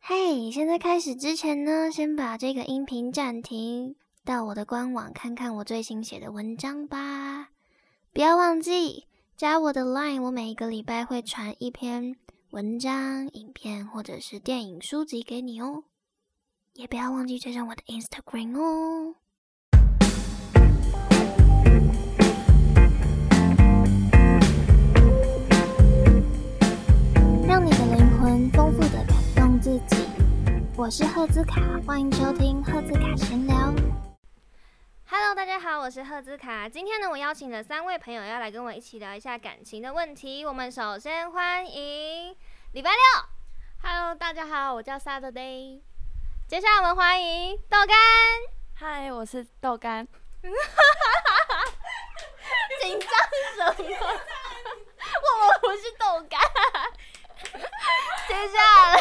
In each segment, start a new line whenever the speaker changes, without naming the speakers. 嘿，现在开始之前呢，先把这个音频暂停，到我的官网看看我最新写的文章吧。不要忘记加我的 Line，我每一个礼拜会传一篇文章、影片或者是电影、书籍给你哦。也不要忘记追上我的 Instagram 哦。让你的灵魂丰富的感动自己。我是赫兹卡，欢迎收听赫兹卡闲聊。
Hello，大家好，我是赫兹卡。今天呢，我邀请了三位朋友要来跟我一起聊一下感情的问题。我们首先欢迎礼拜六，Hello，大家好，我叫 Saturday。接下来我们欢迎豆干，
嗨，我是豆干。
紧张什么？ 我们不是豆干。接下来，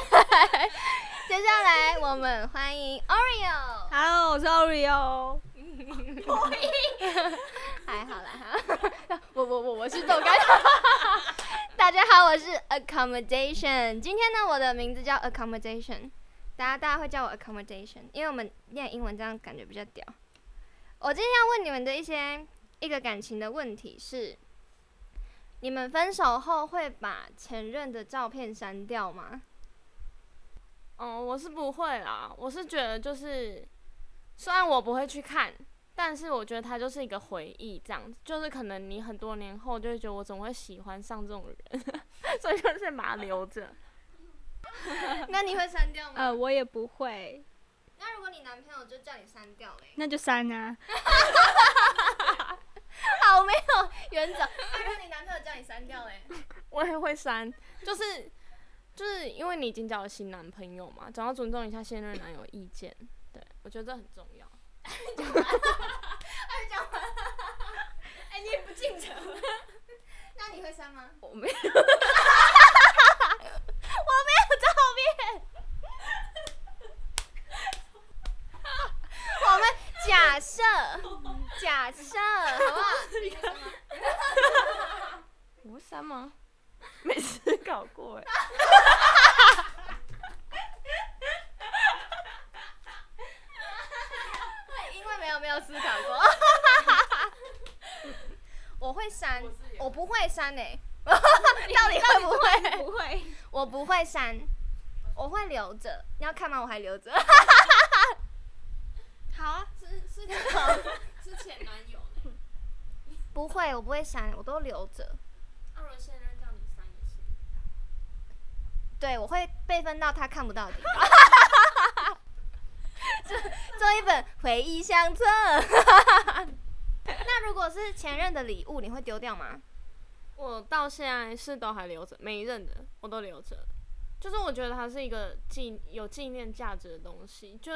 接下来我们欢迎 Oreo。
Hello，我是
哦
Oreo。
还好啦，还好 我我我我是豆干。 大家好，我是 accommodation。今天呢，我的名字叫 accommodation，大家大家会叫我 accommodation，因为我们念英文这样感觉比较屌。我今天要问你们的一些一个感情的问题是：你们分手后会把前任的照片删掉吗？
嗯，我是不会啦，我是觉得就是，虽然我不会去看，但是我觉得它就是一个回忆，这样子，就是可能你很多年后就会觉得我怎么会喜欢上这种人， 所以就是把它留着。
那你会删掉吗？
呃，我也不会，
那如果你男朋友就叫你删掉嘞，
那就删啊。
好没有原则。那如果你男朋友叫你删掉嘞？
我也会删，就是就是因为你已经交了新男朋友嘛，总要尊重一下现任男友的意见。对，我觉得这很重要。
哎、你也不进 城。那你会删吗？我没有， 我没有照 片。我们假设，假设，好不好？
我会删吗？没思考过哎。
因为没有没有思考过。我会删，我不会删 诶、到底会不会？
不会，
我不会删，我会留着。你要看吗？我还 留着。好啊，
是前男友。
不会，我不会删，我都留着。
二轮现任叫你删也是。
对，我会备份到他看不到的地方。 做做一本回忆相册。 那如果是前任的礼物，你会丢掉吗？
我到现在是都还留着，每一任的我都留着，就是我觉得它是一个纪有纪念价值的东西。就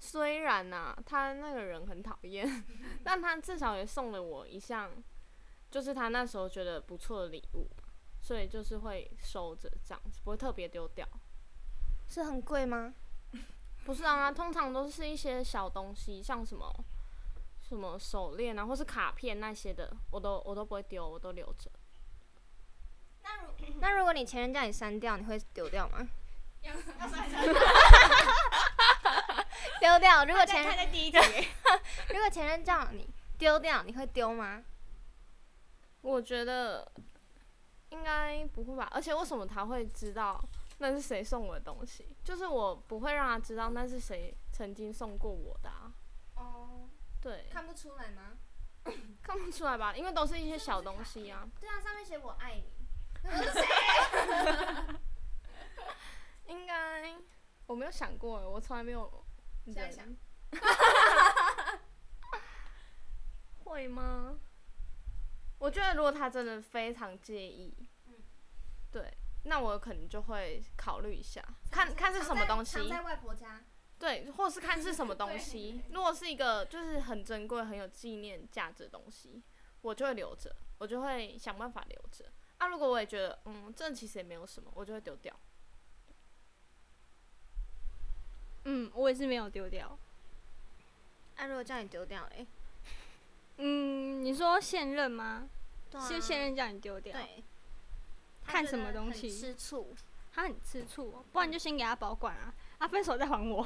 虽然呐、他那个人很讨厌， 但他至少也送了我一项，就是他那时候觉得不错的礼物吧，所以就是会收着这样子，不会特别丢掉。
是很贵吗？
不是啊，通常都是一些小东西，像什么什么手链啊，或是卡片那些的，我都我都不会丢，我都留着。
那如果你前任叫你删掉，你会丢掉吗？丢掉。如果前任
第一题，
如果前任叫你丢掉，你会丢吗？
我觉得应该不会吧，而且为什么他会知道那是谁送我的东西？就是我不会让他知道那是谁曾经送过我的啊。
哦，
对，
看不出来吗？
看不出来吧？因为都是一些小东西啊，
对啊，上面写我爱 你。我是谁？
应该我没有想过耶，欸我从来没有
现在想
人。会吗？我觉得如果他真的非常介意，
嗯
对，那我可能就会考虑一下，看看是什么东西。
外婆家。
对，或是看是什么东西。如果是一个就是很珍贵、很有纪念价值的东西，我就会留着，我就会想办法留着。啊，如果我也觉得，嗯，这其实也没有什么，我就会丢掉。
嗯，我也是没有丢掉。
那、啊如果叫你丢掉嘞？
嗯，你说现任吗？
对啊
是现任叫你丢掉？
对，
看什么东西
吃醋，
他很吃醋哦，不然就先给他保管啊，啊，分手再还我。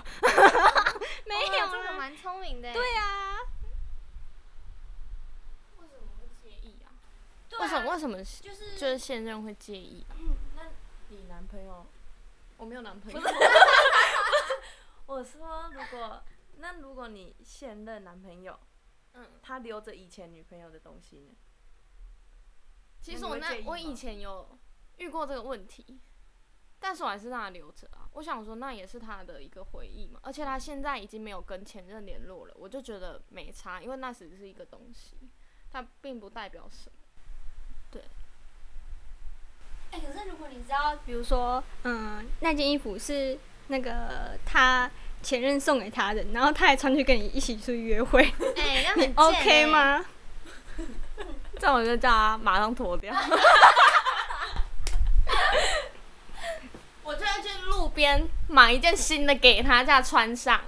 没
没
有
有，啊这个
啦，
蛮聪明哦的。
对啊，
为什么会介意啊？
对啊
为什么为什么
就
就是是现任会介意？啊那你男朋友？我没有男朋友。
我说，如果那如果你现任男朋友
嗯，
他留着以前女朋友的东西呢？
其
那
实
你
我
会
那
介意
我
吗
以前有遇过这个问题，但是我还是让他留着啊。我想说，那也是他的一个回忆嘛。而且他现在已经没有跟前任联络了，我就觉得没差，因为那只是一个东西，它并不代表什么。
哎、可是如果你知道，比如说，嗯，那件衣服是那个他前任送给他的，然后他还穿去跟你一起出去约 会，
哎，那
你
很
OK
贱欸？
吗？
这样我就叫他马上脱掉。
我就要去路边买一件新的给他，这样穿上。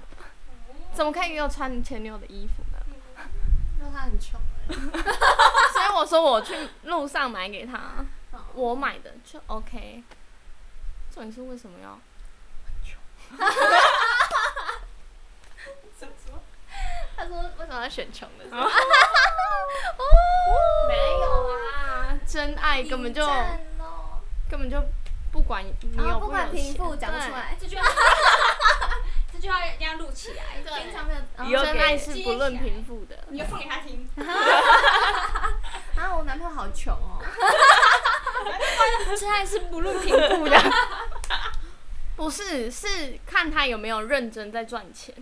怎么可以给我穿你前女友的衣服呢？
那他很穷。
所以我说我去路上买给他，我买的就 OK。重点是为什么要？
他说为什么要选穷的？ 哦
没有啊，真爱根本就根本就不管你
然后啊
有
哦不管
有钱
贫富讲出，来，
这句 话，这句话一定要录起来，
平常没有。嗯然
以
后
后
对真爱
给
是不论贫富的。
你就放给他听。
啊，我男朋友好穷 哦。
真爱是不论贫富的。
不是，是看他有没有认真在赚钱。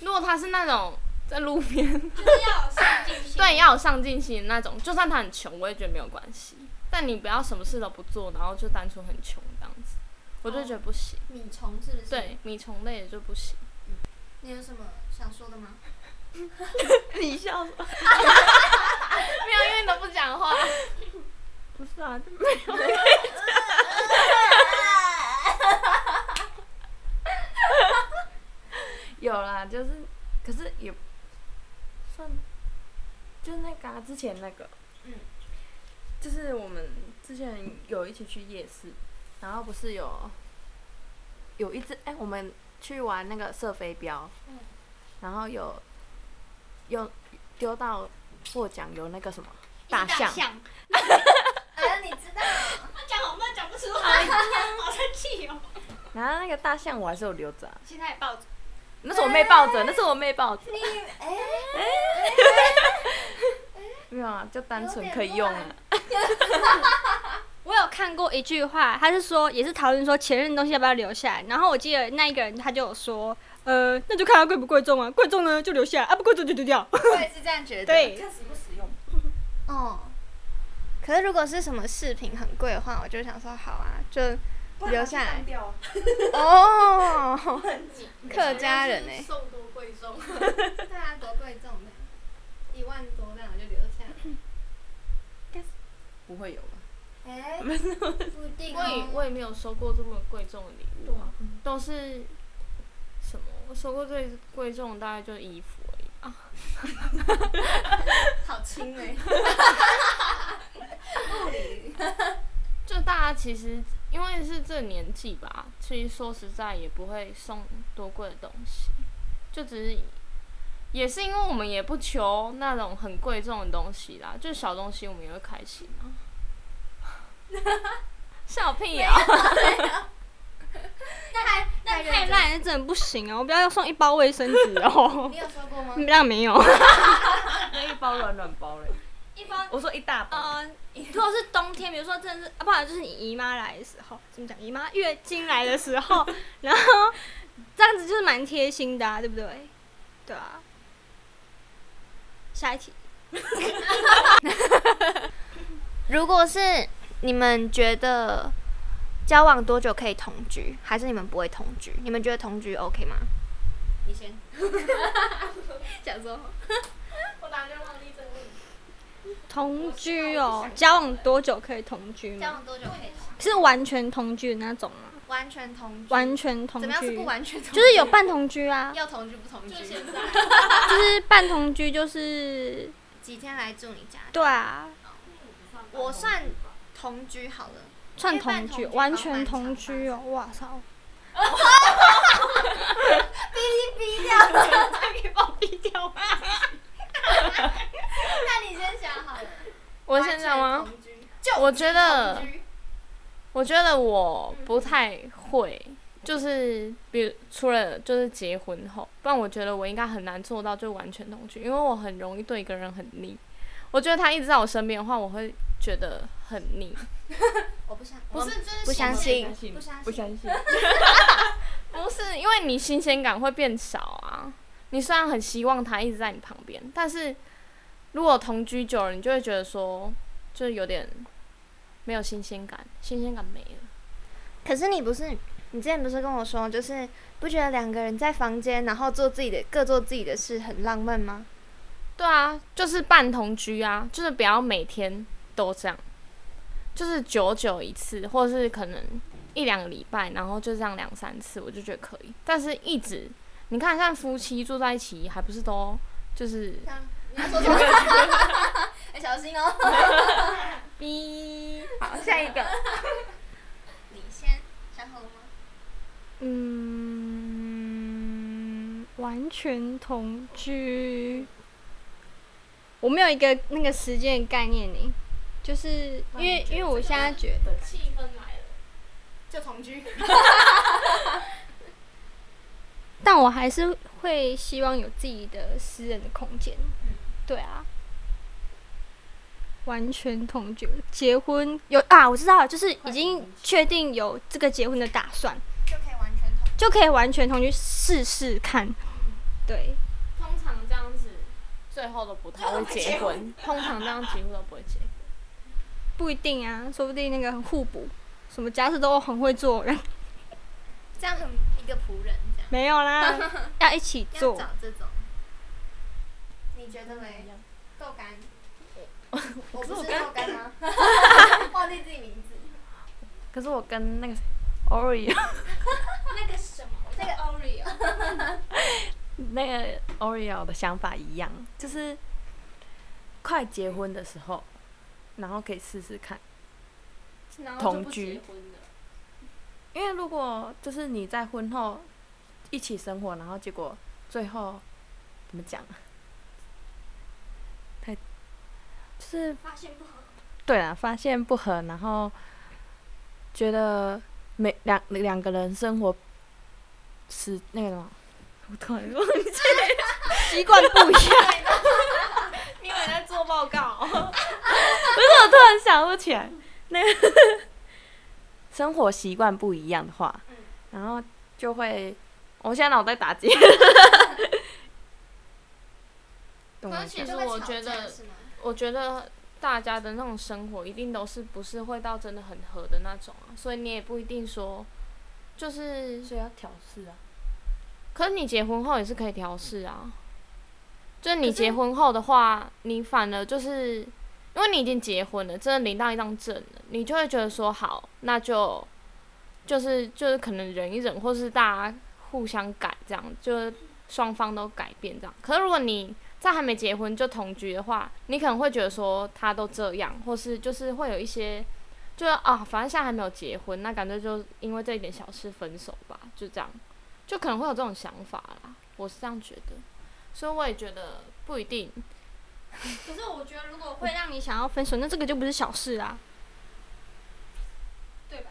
如果他是那种在路边， 对，要有上进心的那种，就算他很穷，我也觉得没有关系。但你不要什么事都不做，然后就单纯很穷这样子，我就觉得不行。
米虫是不是？
对，米虫类的就不行。
你有什么想说的吗？
你笑什
没
么？
有，因为你都不讲话。
不是啊，就有啦，就是，可是也算，就是那个、啊、之前那个，
嗯，
就是我们之前有一起去夜市，然后不是有有一只哎、我们去玩那个射飞镖，
嗯
然后有有丢到获奖有那个什么大象，
哎，你知道？
讲好慢，讲不出来， 好生气哦。
然后那个大象我还是有留着啊、
现在也抱着，
那是我
哎
妹抱着，那是我妹抱着。
哎，
没有啊，就单纯可以用啊。
我有看过一句话，他是说也是讨论说前任的东西要不要留下来，然后我记得那一个人他就有说，呃，那就看他贵不贵重啊，贵重呢就留下来，啊不贵重就丢 掉。
我也是这样觉得。，
对，
实不实用？
哦。可是如果是什么饰品很贵的话，我就想说好啊，就留下来。哦，客家人
欸
哎、
送多贵重，
对啊，多贵重的，一万多那我就留下。
不会有吧？
哎、不一定哦
我也我也没有收过这么贵重的礼物、啊，都是什么？我收过最贵重的大概就是衣服而已吧。
好轻 哎、
就大家其实因为是这年纪吧，其实说实在也不会送多贵的东西，就只是也是因为我们也不求那种很贵重的东西啦，就小东西我们也会开心啊。 笑屁啊！
那太烂了，真的不行啊！我不要送一包卫生纸哦
你，有说过吗？
那没有。
那一包软软包嘞？
一包
我说一大包，
呃，如果是冬天，比如说真的是，啊，不然就是你姨妈来的时候，怎么讲？姨妈月经来的时候， 然后这样子就是蛮贴心的、啊，对不对？对啊。下一题，
如果是你们觉得交往多久可以同居，还是你们不会同居？你们觉得同居 OK 吗？你先。 想说，
同居哦，交往多久可以同居
交
吗？
往多久可以同
是完全同居的那种吗？
完全同居？
完全同居，
怎么样是不完全同居？
就是有 半同居啊，
要同居不同居？
就是半同居，就是
几天来住你家。
对啊，
我算同居好了，
算
因为半
同居，
同居
完
哦
全
半
同
常
居哦，哇操！
那你先想好了。
我现在
完
吗？呃
全同居？
我觉得
同，居
我觉得我不太会，就是比如除了就是结婚后，不然我觉得我应该很难做到就完全同居，因为我很容易对一个人很腻。我觉得他一直在我身边的话，我会觉得很腻。
我不相，
不
我
是，就是
不相信，不相
不
信。
相信。
不是，因为你新鲜感会变少啊。你虽然很希望他一直在你旁边，但是如果同居久了，你就会觉得说，就是有点没有新鲜感，新鲜感没了。
可是你不是，你之前不是跟我说，就是不觉得两个人在房间，然后做自己的，各做自己的事，很浪漫 吗？
对啊，就是半同居啊，就是不要每天都这样，就是久久一次，或者是可能一两个礼拜，然后就这样两三次，我就觉得可以。但是一直，你看像夫妻住在一起，还不是都就是
你要说什么？哎，小心哦！
逼，
好，下一个。你先，然后吗？
嗯，完全同居，我没有一个那个时间的概念呢，就是因为因为我现在
嗯
觉得
气氛来了，就同居。
但我还是会希望有自己的私人的空间。对啊，完全同居，结婚有啊，我知道了，就是已经确定有这个结婚的打算，
就可以完全同
就可以完全同居试试看。对，
通常这样子，最后都不太会结婚，通常这样几乎都不会结婚。
不一定啊，说不定那个很互补，什么家事都很会做， 然
这样很一个仆人这样。
没有啦， 要一起
要
做
找。这种，你觉得嘞？豆干，我不是豆干 吗？忘记自己名字。
可是我跟那个 Oreo
那个什么，那个 Oreo，
那个 Oreo 的想法一样，就是快结婚的时候，然后可以试试看。同居因为如果就是你在婚后一起生活，然后结果最后怎么讲啊？太就是
发现 不好。
对啊，发现不合，然后觉得每两两个人生活是那个什么， 我突然忘记
习惯不一样，
你以为在做报告？
我突然想不起来，那个生活习惯不一样的话，
嗯
然后就会，我现在脑袋 打结。懂我
可
意
是
思
其实
就会
我
吵
觉
架
得
是吗
我觉得大家的那种生活一定都是不是会到真的很合的那种啊，所以你也不一定说，就是，
所以要调试啊。
可是你结婚后也是可以调试啊。就是你结婚后的话，你反而就是因为你已经结婚了，真的领到一张证了，你就会觉得说好，那就就是就是可能忍一忍，或是大家互相改这样，就是双方都改变这样。可是如果你在还没结婚就同居的话，你可能会觉得说他都这样，或是就是会有一些，就是啊，反正现在还没有结婚，那感觉就因为这一点小事分手吧，就这样，就可能会有这种想法啦。我是这样觉得，所以我也觉得不一定。
可是我觉得如果会让你想要分手，那这个就不是小事啊，对吧？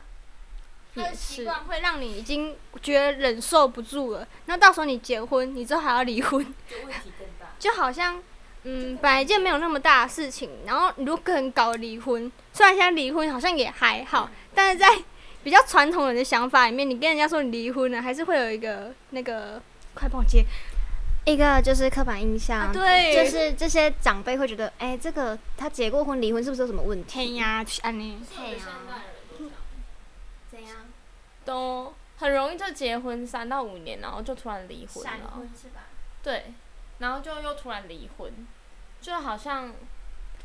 他的
也
习
是
惯会让你已经觉得忍受不住了，那到时候你结婚，你之后还要离婚， 就好像。嗯，本来就没有那么大的事情，然后你如果跟搞离婚，虽然现在离婚好像也还好，但是在比较传统人的想法里面，你跟人家说你离婚了，还是会有一个那个，快帮我接
一个就是刻板印象，
啊对
就是这些长辈会觉得，哎、这个他结过婚，离婚是不是有什么问
天
题？
呀，去安妮。
对啊，
怎样？
都很容易就结婚三到五年，然后就突然离婚
闪
了
婚。是吧？
对，然后就又突然离婚，就好像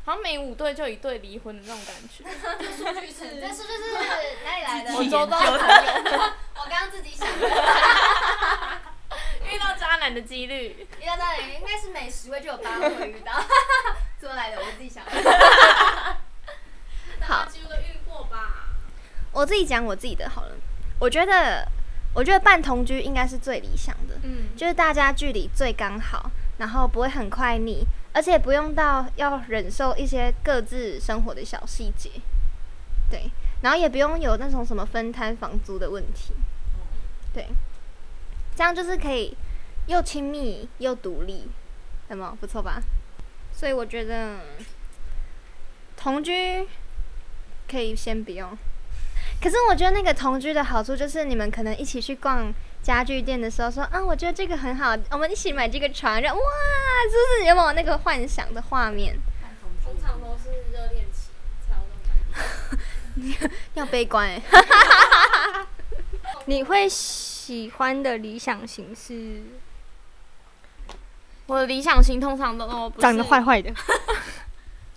好像每五对就一对离婚的那种感觉。
这是不是哪里来的？
我周遭的朋友
我刚刚自己想的，
遇到渣男的几率，
遇到大人应该是每十位就有八位会遇到， 怎么来的？我自己想的。
好，几乎都遇过吧？
我自己讲我自己的好了。我觉得，我觉得半同居应该是最理想的，
嗯，
就是大家距离最刚好，然后不会很快腻，而且不用到要忍受一些各自生活的小细节，对，然后也不用有那种什么分摊房租的问题，对，这样就是可以又亲密又独立，那么不错吧？所以我觉得同居可以先不用。可是我觉得那个同居的好处就是，你们可能一起去逛家具店的时候说，啊，我觉得这个很好，我们一起买这个床，然后哇，是不是有没有那个幻想的画面？
通常都是热恋期才有这种感觉。
要悲观哎、
你会喜欢的理想型是
我的理想型通常都都不是
长得坏，坏的，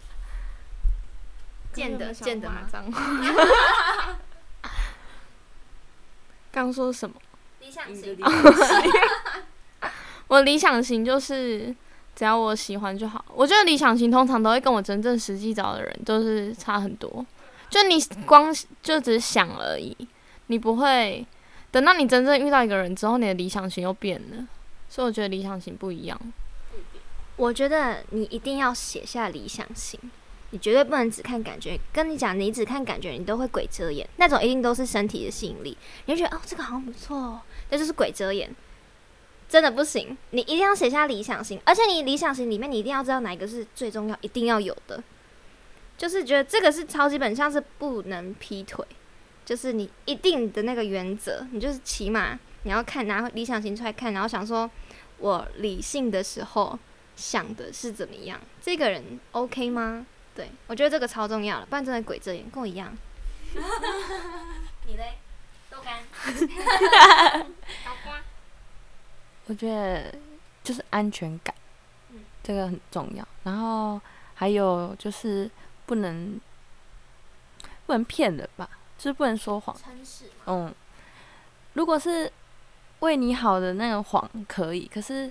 见得见得吗？
脏话。 刚说什么？
理想
你的
型
理想
我理想型就是只要我喜欢就好。我觉得理想型通常都会跟我真正实际找的人都是差很多。就你光就只是想而已，你不会等到你真正遇到一个人之后，你的理想型又变了。所以我觉得理想型不一样。
我觉得你一定要写下理想型，你绝对不能只看感觉。跟你讲，你只看感觉，你都会鬼遮眼，那种一定都是身体的吸引力。你就觉得哦，这个好像不错哦，那就是鬼遮眼，真的不行。你一定要写下理想型，而且你理想型里面，你一定要知道哪一个是最重要，一定要有的。就是觉得这个是超基本，像是不能劈腿，就是你一定的那个原则，你就是起码你要看拿理想型出来看，然后想说，我理性的时候想的是怎么样？这个人 OK 吗？对我觉得这个超重要了，不然真的鬼遮眼，跟我一样。 你嘞？豆 干。
我觉得就是安全感，这个很重要。然后还有就是不能不能骗人吧，就是不能说谎。
真是吗？
嗯，如果是为你好的那种谎可以，可是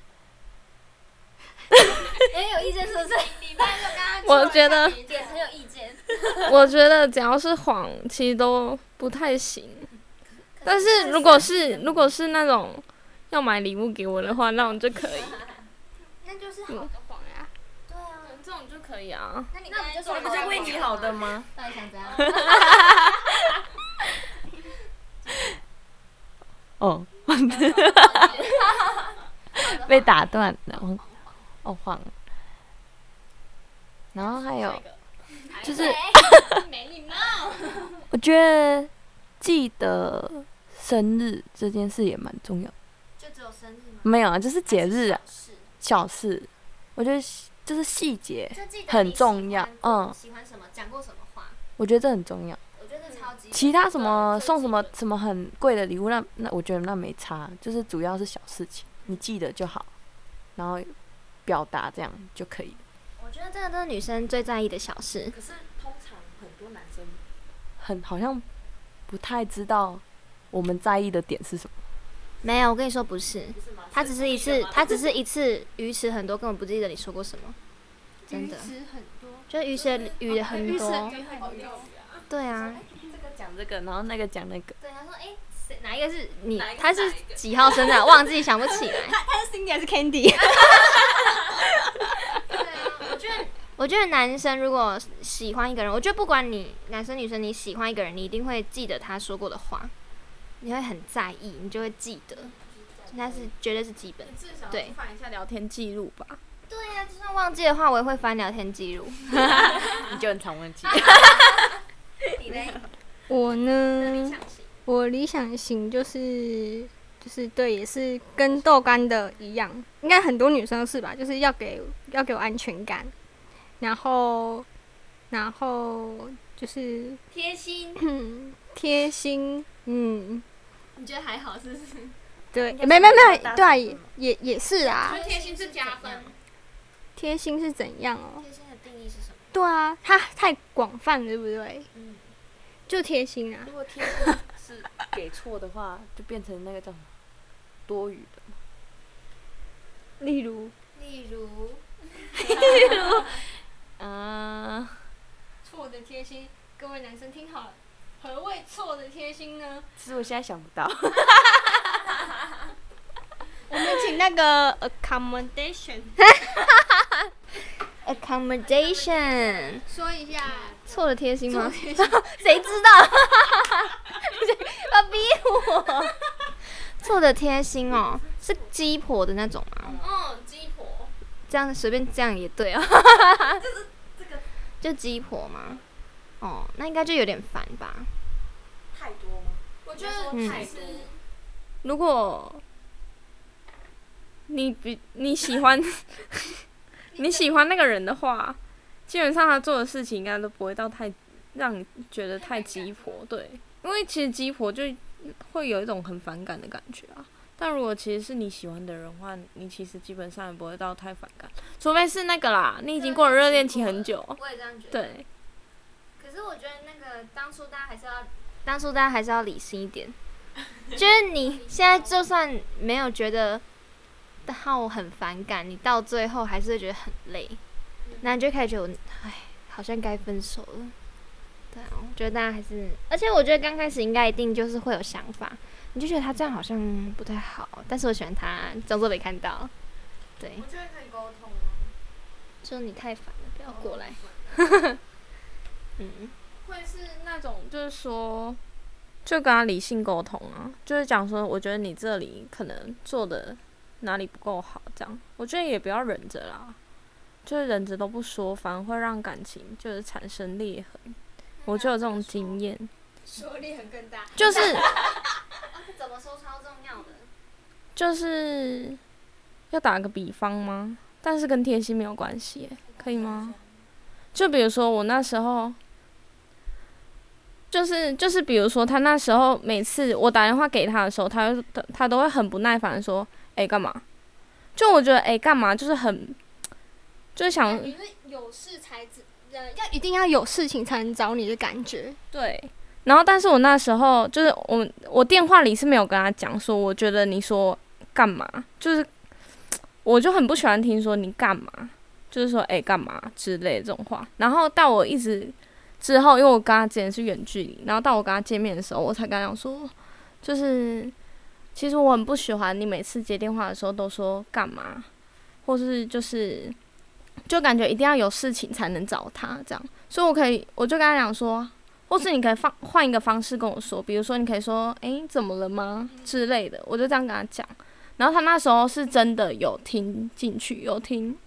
也有意见是不是？你爸就刚刚
我觉得，嗯
点很有意见。
我觉得只要是谎，其实都不太行。但是如果是如果是那种要买礼物给我的话，那种就可以。
那就是
好
的谎呀。对啊，
这种就可以啊。
那你那不就是
不是为你好的？吗？
到底想怎样？
哦，被打断了，我哦晃了。然后还有就是，
哎
我觉得记得生日这件事也蛮重要的。
就只有生日吗？
没有啊，就是节日啊，
是，
小事，我觉得就是细节，
就记得
很
你喜
重要
欢过
嗯
喜欢什么，讲过什么话，
我觉得这很重要。
我觉得超级
其他什么送什么什么很贵的礼物，那那我觉得那没差，就是主要是小事情，你记得就好，然后表达这样就可以了。
嗯我觉得这个都是女生最在意的小事。
可是通常很多男生
很好像不太知道我们在意的点是什么。
没有，我跟你说不是，
不是吗？
他只是一次，他只是一次鱼池很多，根本不记得你说过什么，真的。
很多，
就是鱼池哦鱼很多，
很多。
对啊，
这个讲这个，然后那个讲那个，
对他说哎，谁哪一个是你
哪一？个
他是
哪一个
几号生的啊？忘记想不起来。
Cindy 还是 Candy？
我觉得男生如果喜欢一 个人，我觉得不管你男生女生，你喜欢一个人，你一定会记得他说过的话，你会很在意，你就会记得，那是绝对是基本。
至少
对
翻一下聊天记录吧。
对呀、就算忘记的话，我也会翻聊天记录。
你就很常忘记。
我呢，我理想型就是就是对，也是跟豆干的一样，应该很多女生是吧？就是要给要给我安全感，然后然后就是
贴心，
嗯贴心，嗯，
你觉得还好是不是？
对，没没没，对啊，也也也是啊，
贴心是加分。
贴心是怎样哦？
贴心的定义是什么？
对啊，它太广泛了，对不对？
嗯
就贴心啊
如，果贴心是给错的话，就变成那个叫什么多余的。
例如
例如，
嗯、
错的贴心，各位男生听好了，何谓错的贴心呢？
其实我现在想不到。
我们请那个
呃
accommodation
accommodation
说一下，
错了贴心
嗯
吗？谁知道？ 要逼我。错的贴心哦，是鸡婆的那种吗？
嗯，鸡婆，
这样随便这样也对啊。就鸡婆吗？哦，那应该就有点烦吧。
太多吗？
我觉得
嗯
还是
如果
你比你喜欢你喜欢那个人的话，基本上他做的事情应该都不会到太让你觉得太鸡婆，对，因为其实鸡婆就会有一种很反感的感觉啊。但如果其实是你喜欢的人的话，你其实基本上也不会到太反感，除非是那个啦，你已经过了热恋期很久，
我也这样觉得。
对，
可是我觉得那个当初大家还是要，当初大家还是要理性 一点。就是你现在就算没有觉得让我很反感，你到最后还是会觉得很累，
嗯
那你就开始觉得我，哎，好像该分手了。对啊，我觉得大家还是，而且我觉得刚开始应该一定就是会有想法，你就觉得他这样好像不太好，但是我喜欢他，装作没看到。对，
我觉得可以沟通啊哦
就你太烦了，不要过来。嗯，
会是那种
就是说，就跟他理性沟通啊，就是讲说，我觉得你这里可能做的哪里不够好，这样，我觉得也不要忍着啦，就是忍着都不说，反而会让感情就是产生裂痕。我就有这种经验，
说力很更大。
就是
怎么说超重要的。
就是要打个比方吗？但是跟贴心没有关系耶，可以吗？就比如说我那时候，就是就是比如说他那时候每次我打电话给他的时候，他他他都会很不耐烦地说：“哎、干嘛？”就我觉得“哎、干嘛”就是很，就是想
你是有事才知，呃，要一定要有事情才能找你的感觉。
对，然后但是我那时候就是我们我电话里是没有跟他讲说，我觉得你说干嘛，就是我就很不喜欢听说你干嘛，就是说哎、干嘛之类的这种话。然后到我一直之后，因为我跟他之前是远距离，然后到我跟他见面的时候，我才跟他讲说，就是其实我很不喜欢你每次接电话的时候都说干嘛，或是就是就感觉一定要有事情才能找他这样，所以我可以我就跟他讲说，或是你可以放换一个方式跟我说，比如说你可以说，诶，怎么了吗之类的，我就这样跟他讲。然后他那时候是真的有听进去，有听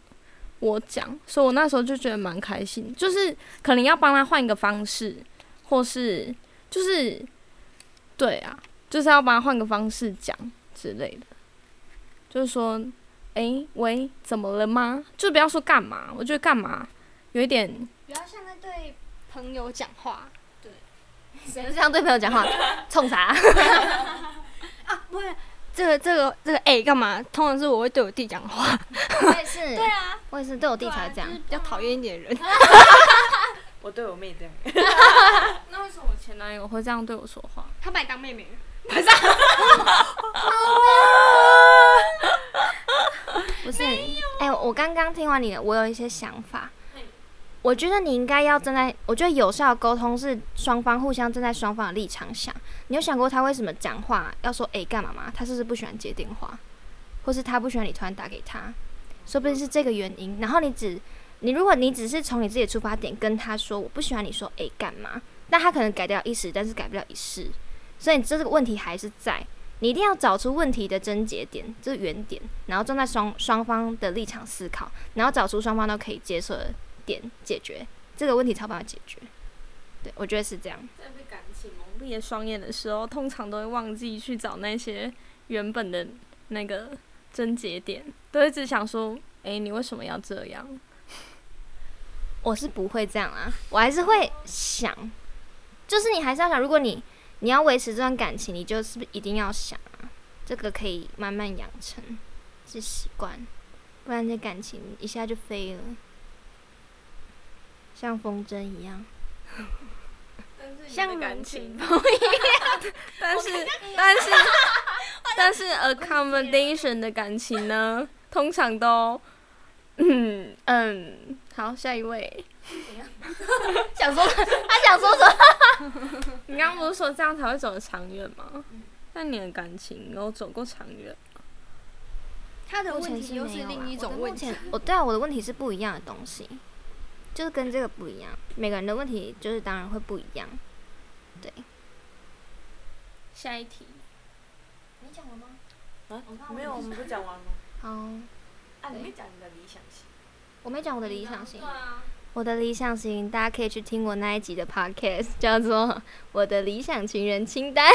我讲，所以我那时候就觉得蛮开心，就是可能要帮他换一个方式，或是就是对啊，就是要帮他换个方式讲之类的，就是说，诶，喂，怎么了吗？就不要说干嘛，我觉得干嘛有一点
不要像在对朋友讲话
谁是这样对朋友讲话？冲啥？
啊，不是。这个这个这个哎，干嘛？通常是我会对我弟讲话，
我也是，对
啊，
我也是对我弟才会这样
就是。比较讨厌一点的人。
我对我妹这样，
那为什么哎我前男友会这样对我说话？
他把你当妹妹了，
啊不是，哎、我刚刚听完你的，我有一些想法。我觉得你应该要站在，我觉得有效的沟通是双方互相站在双方的立场想。你有想过他为什么讲话要说“哎、干嘛嘛”？他是不是不喜欢接电话，或是他不喜欢你突然打给他？说不定是这个原因。然后你只，你如果你只是从你自己的出发点跟他说“我不喜欢你说‘哎、干嘛”，那他可能改掉一时，但是改不了一世。所以你这个问题还是在，你一定要找出问题的症结点，就是原点，然后站在双双方的立场思考，然后找出双方都可以接受的点解决这个问题，才有办法解决。对，我觉得是这样。
在被感情蒙
闭着双眼的时候，通常都会忘记去找那些原本的那个症结点，都会只想说：“哎、你为什么要这样
我是不会这样啊，我还是会想，就是你还是要想，如果你你要维持这段感情，你就是一定要想啊，这个可以慢慢养成是习惯，不然这感情一下就飞了，像风筝一样。
像
感情，
但是， 但 是，但是，accommodation 的 感情呢，通常都，嗯嗯，好，下一位，
想说他想说什么？
你刚刚不是说这样才会走得长远吗？那你的感情有走过长远？
他的
目
问
前
题
没有
又
啊
是另一
我
种
的
问
目
题
前。我对啊，我的问题是不一样的东西，就是跟这个不一样。每个人的问题就是当然会不一样。
下一题，
你讲了吗？
啊，没有，我们不讲完吗？
好，
啊，你没讲你的理想型。
我没讲我的理想型。
啊
我的理想型，大家可以去听我那一集的 podcast，叫做《我的理想情人清单》，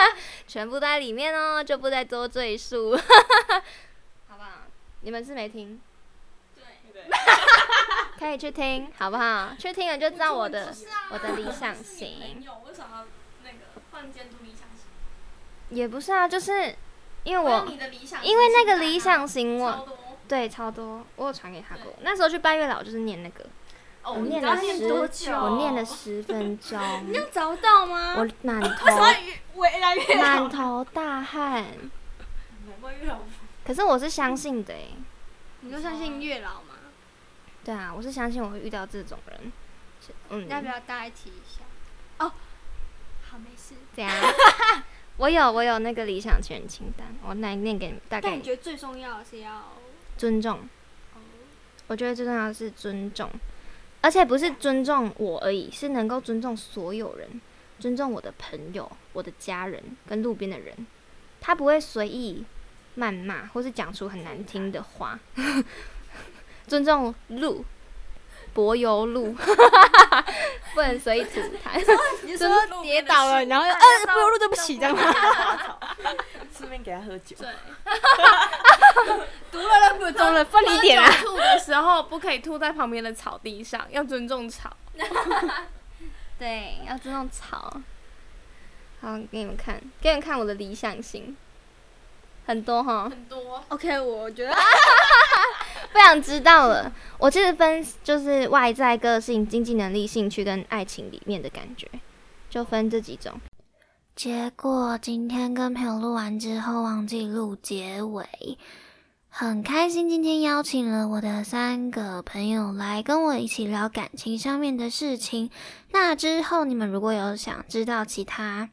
全部都在里面哦，就不再多赘述， 好不好？你们是没听？对，可以去听，好不好？去听了就知道我的
啊
我的理想型。
有为什么那个换监督理想型？
也不是啊，就是因为我
你的理想
因为那个理想型我，哦
多
对超多，我有传给他过。那时候去拜月老就是念那个，
哦
我念
你知道
了
他念
十，
多久？
我念了十分 钟，
找到吗？
我满头
未来月
满头大汗。可是我是相信的诶、
你就相信月老吗？
对啊，我是相信我会遇到这种人。是嗯，
要不要大家提一下？哦，好，没事。
怎样？ 我有我有那个理想情人清单，我来念给你们，大
但
概
你觉得最重要的是要
尊重。我觉得最重要的是尊重，而且不是尊重我而已，是能够尊重所有人，尊重我的朋友、我的家人跟路边的人。他不会随意谩骂或是讲出很难听的话， 尊重路，柏油路， 不能随意吐痰。
你
说
跌倒了，然后呃，不用录，对不起，这样吗？
顺便给他喝酒。
读了那么多了，分离点啊！
吐的时候不可以吐在旁边的草地上，要尊重草。
对，要尊重草。好，给你们看，给你们看我的理想型，很多哈。
很多
OK，我觉得
不想知道了。我其实分就是外在个性、经济能力、兴趣跟爱情里面的感觉，就分这几种。
结果今天跟朋友录完之后，忘记录结尾。很开心，今天邀请了我的三个朋友来跟我一起聊感情上面的事情。那之后，你们如果有想知道其他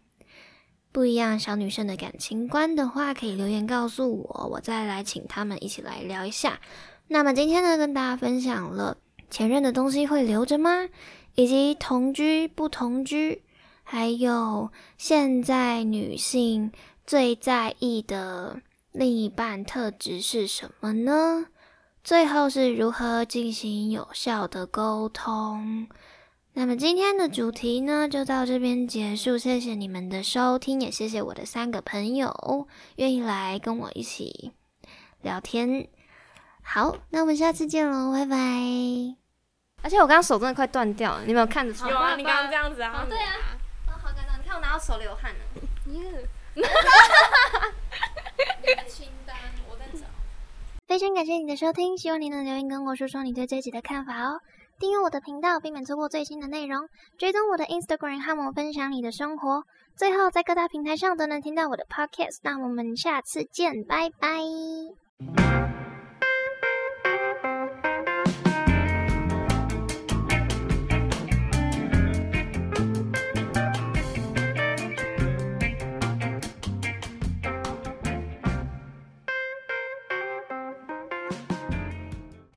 不一样小女生的感情观的话，可以留言告诉我，我再来请他们一起来聊一下。那么今天呢，跟大家分享了前任的东西会留着吗？以及同居不同居，还有现在女性最在意的另一半特质是什么呢？最后是如何进行有效的沟通？那么今天的主题呢，就到这边结束。谢谢你们的收听，也谢谢我的三个朋友愿意来跟我一起聊天。好，那我们下次见喽，拜拜。
而且我刚刚手真的快断掉了，你没有看得出来？
有啊，你刚刚这样子啊。
啊，哦、好感动！你看我拿到手流汗了。
你的清单我在找。
非常感谢你的收听，希望你能留言跟我说说你对这集的看法哦。订阅我的频道，避免错过最新的内容。追踪我的 Instagram 和我分享你的生活。最后，在各大平台上都能听到我的 Podcast。那我们下次见，拜拜。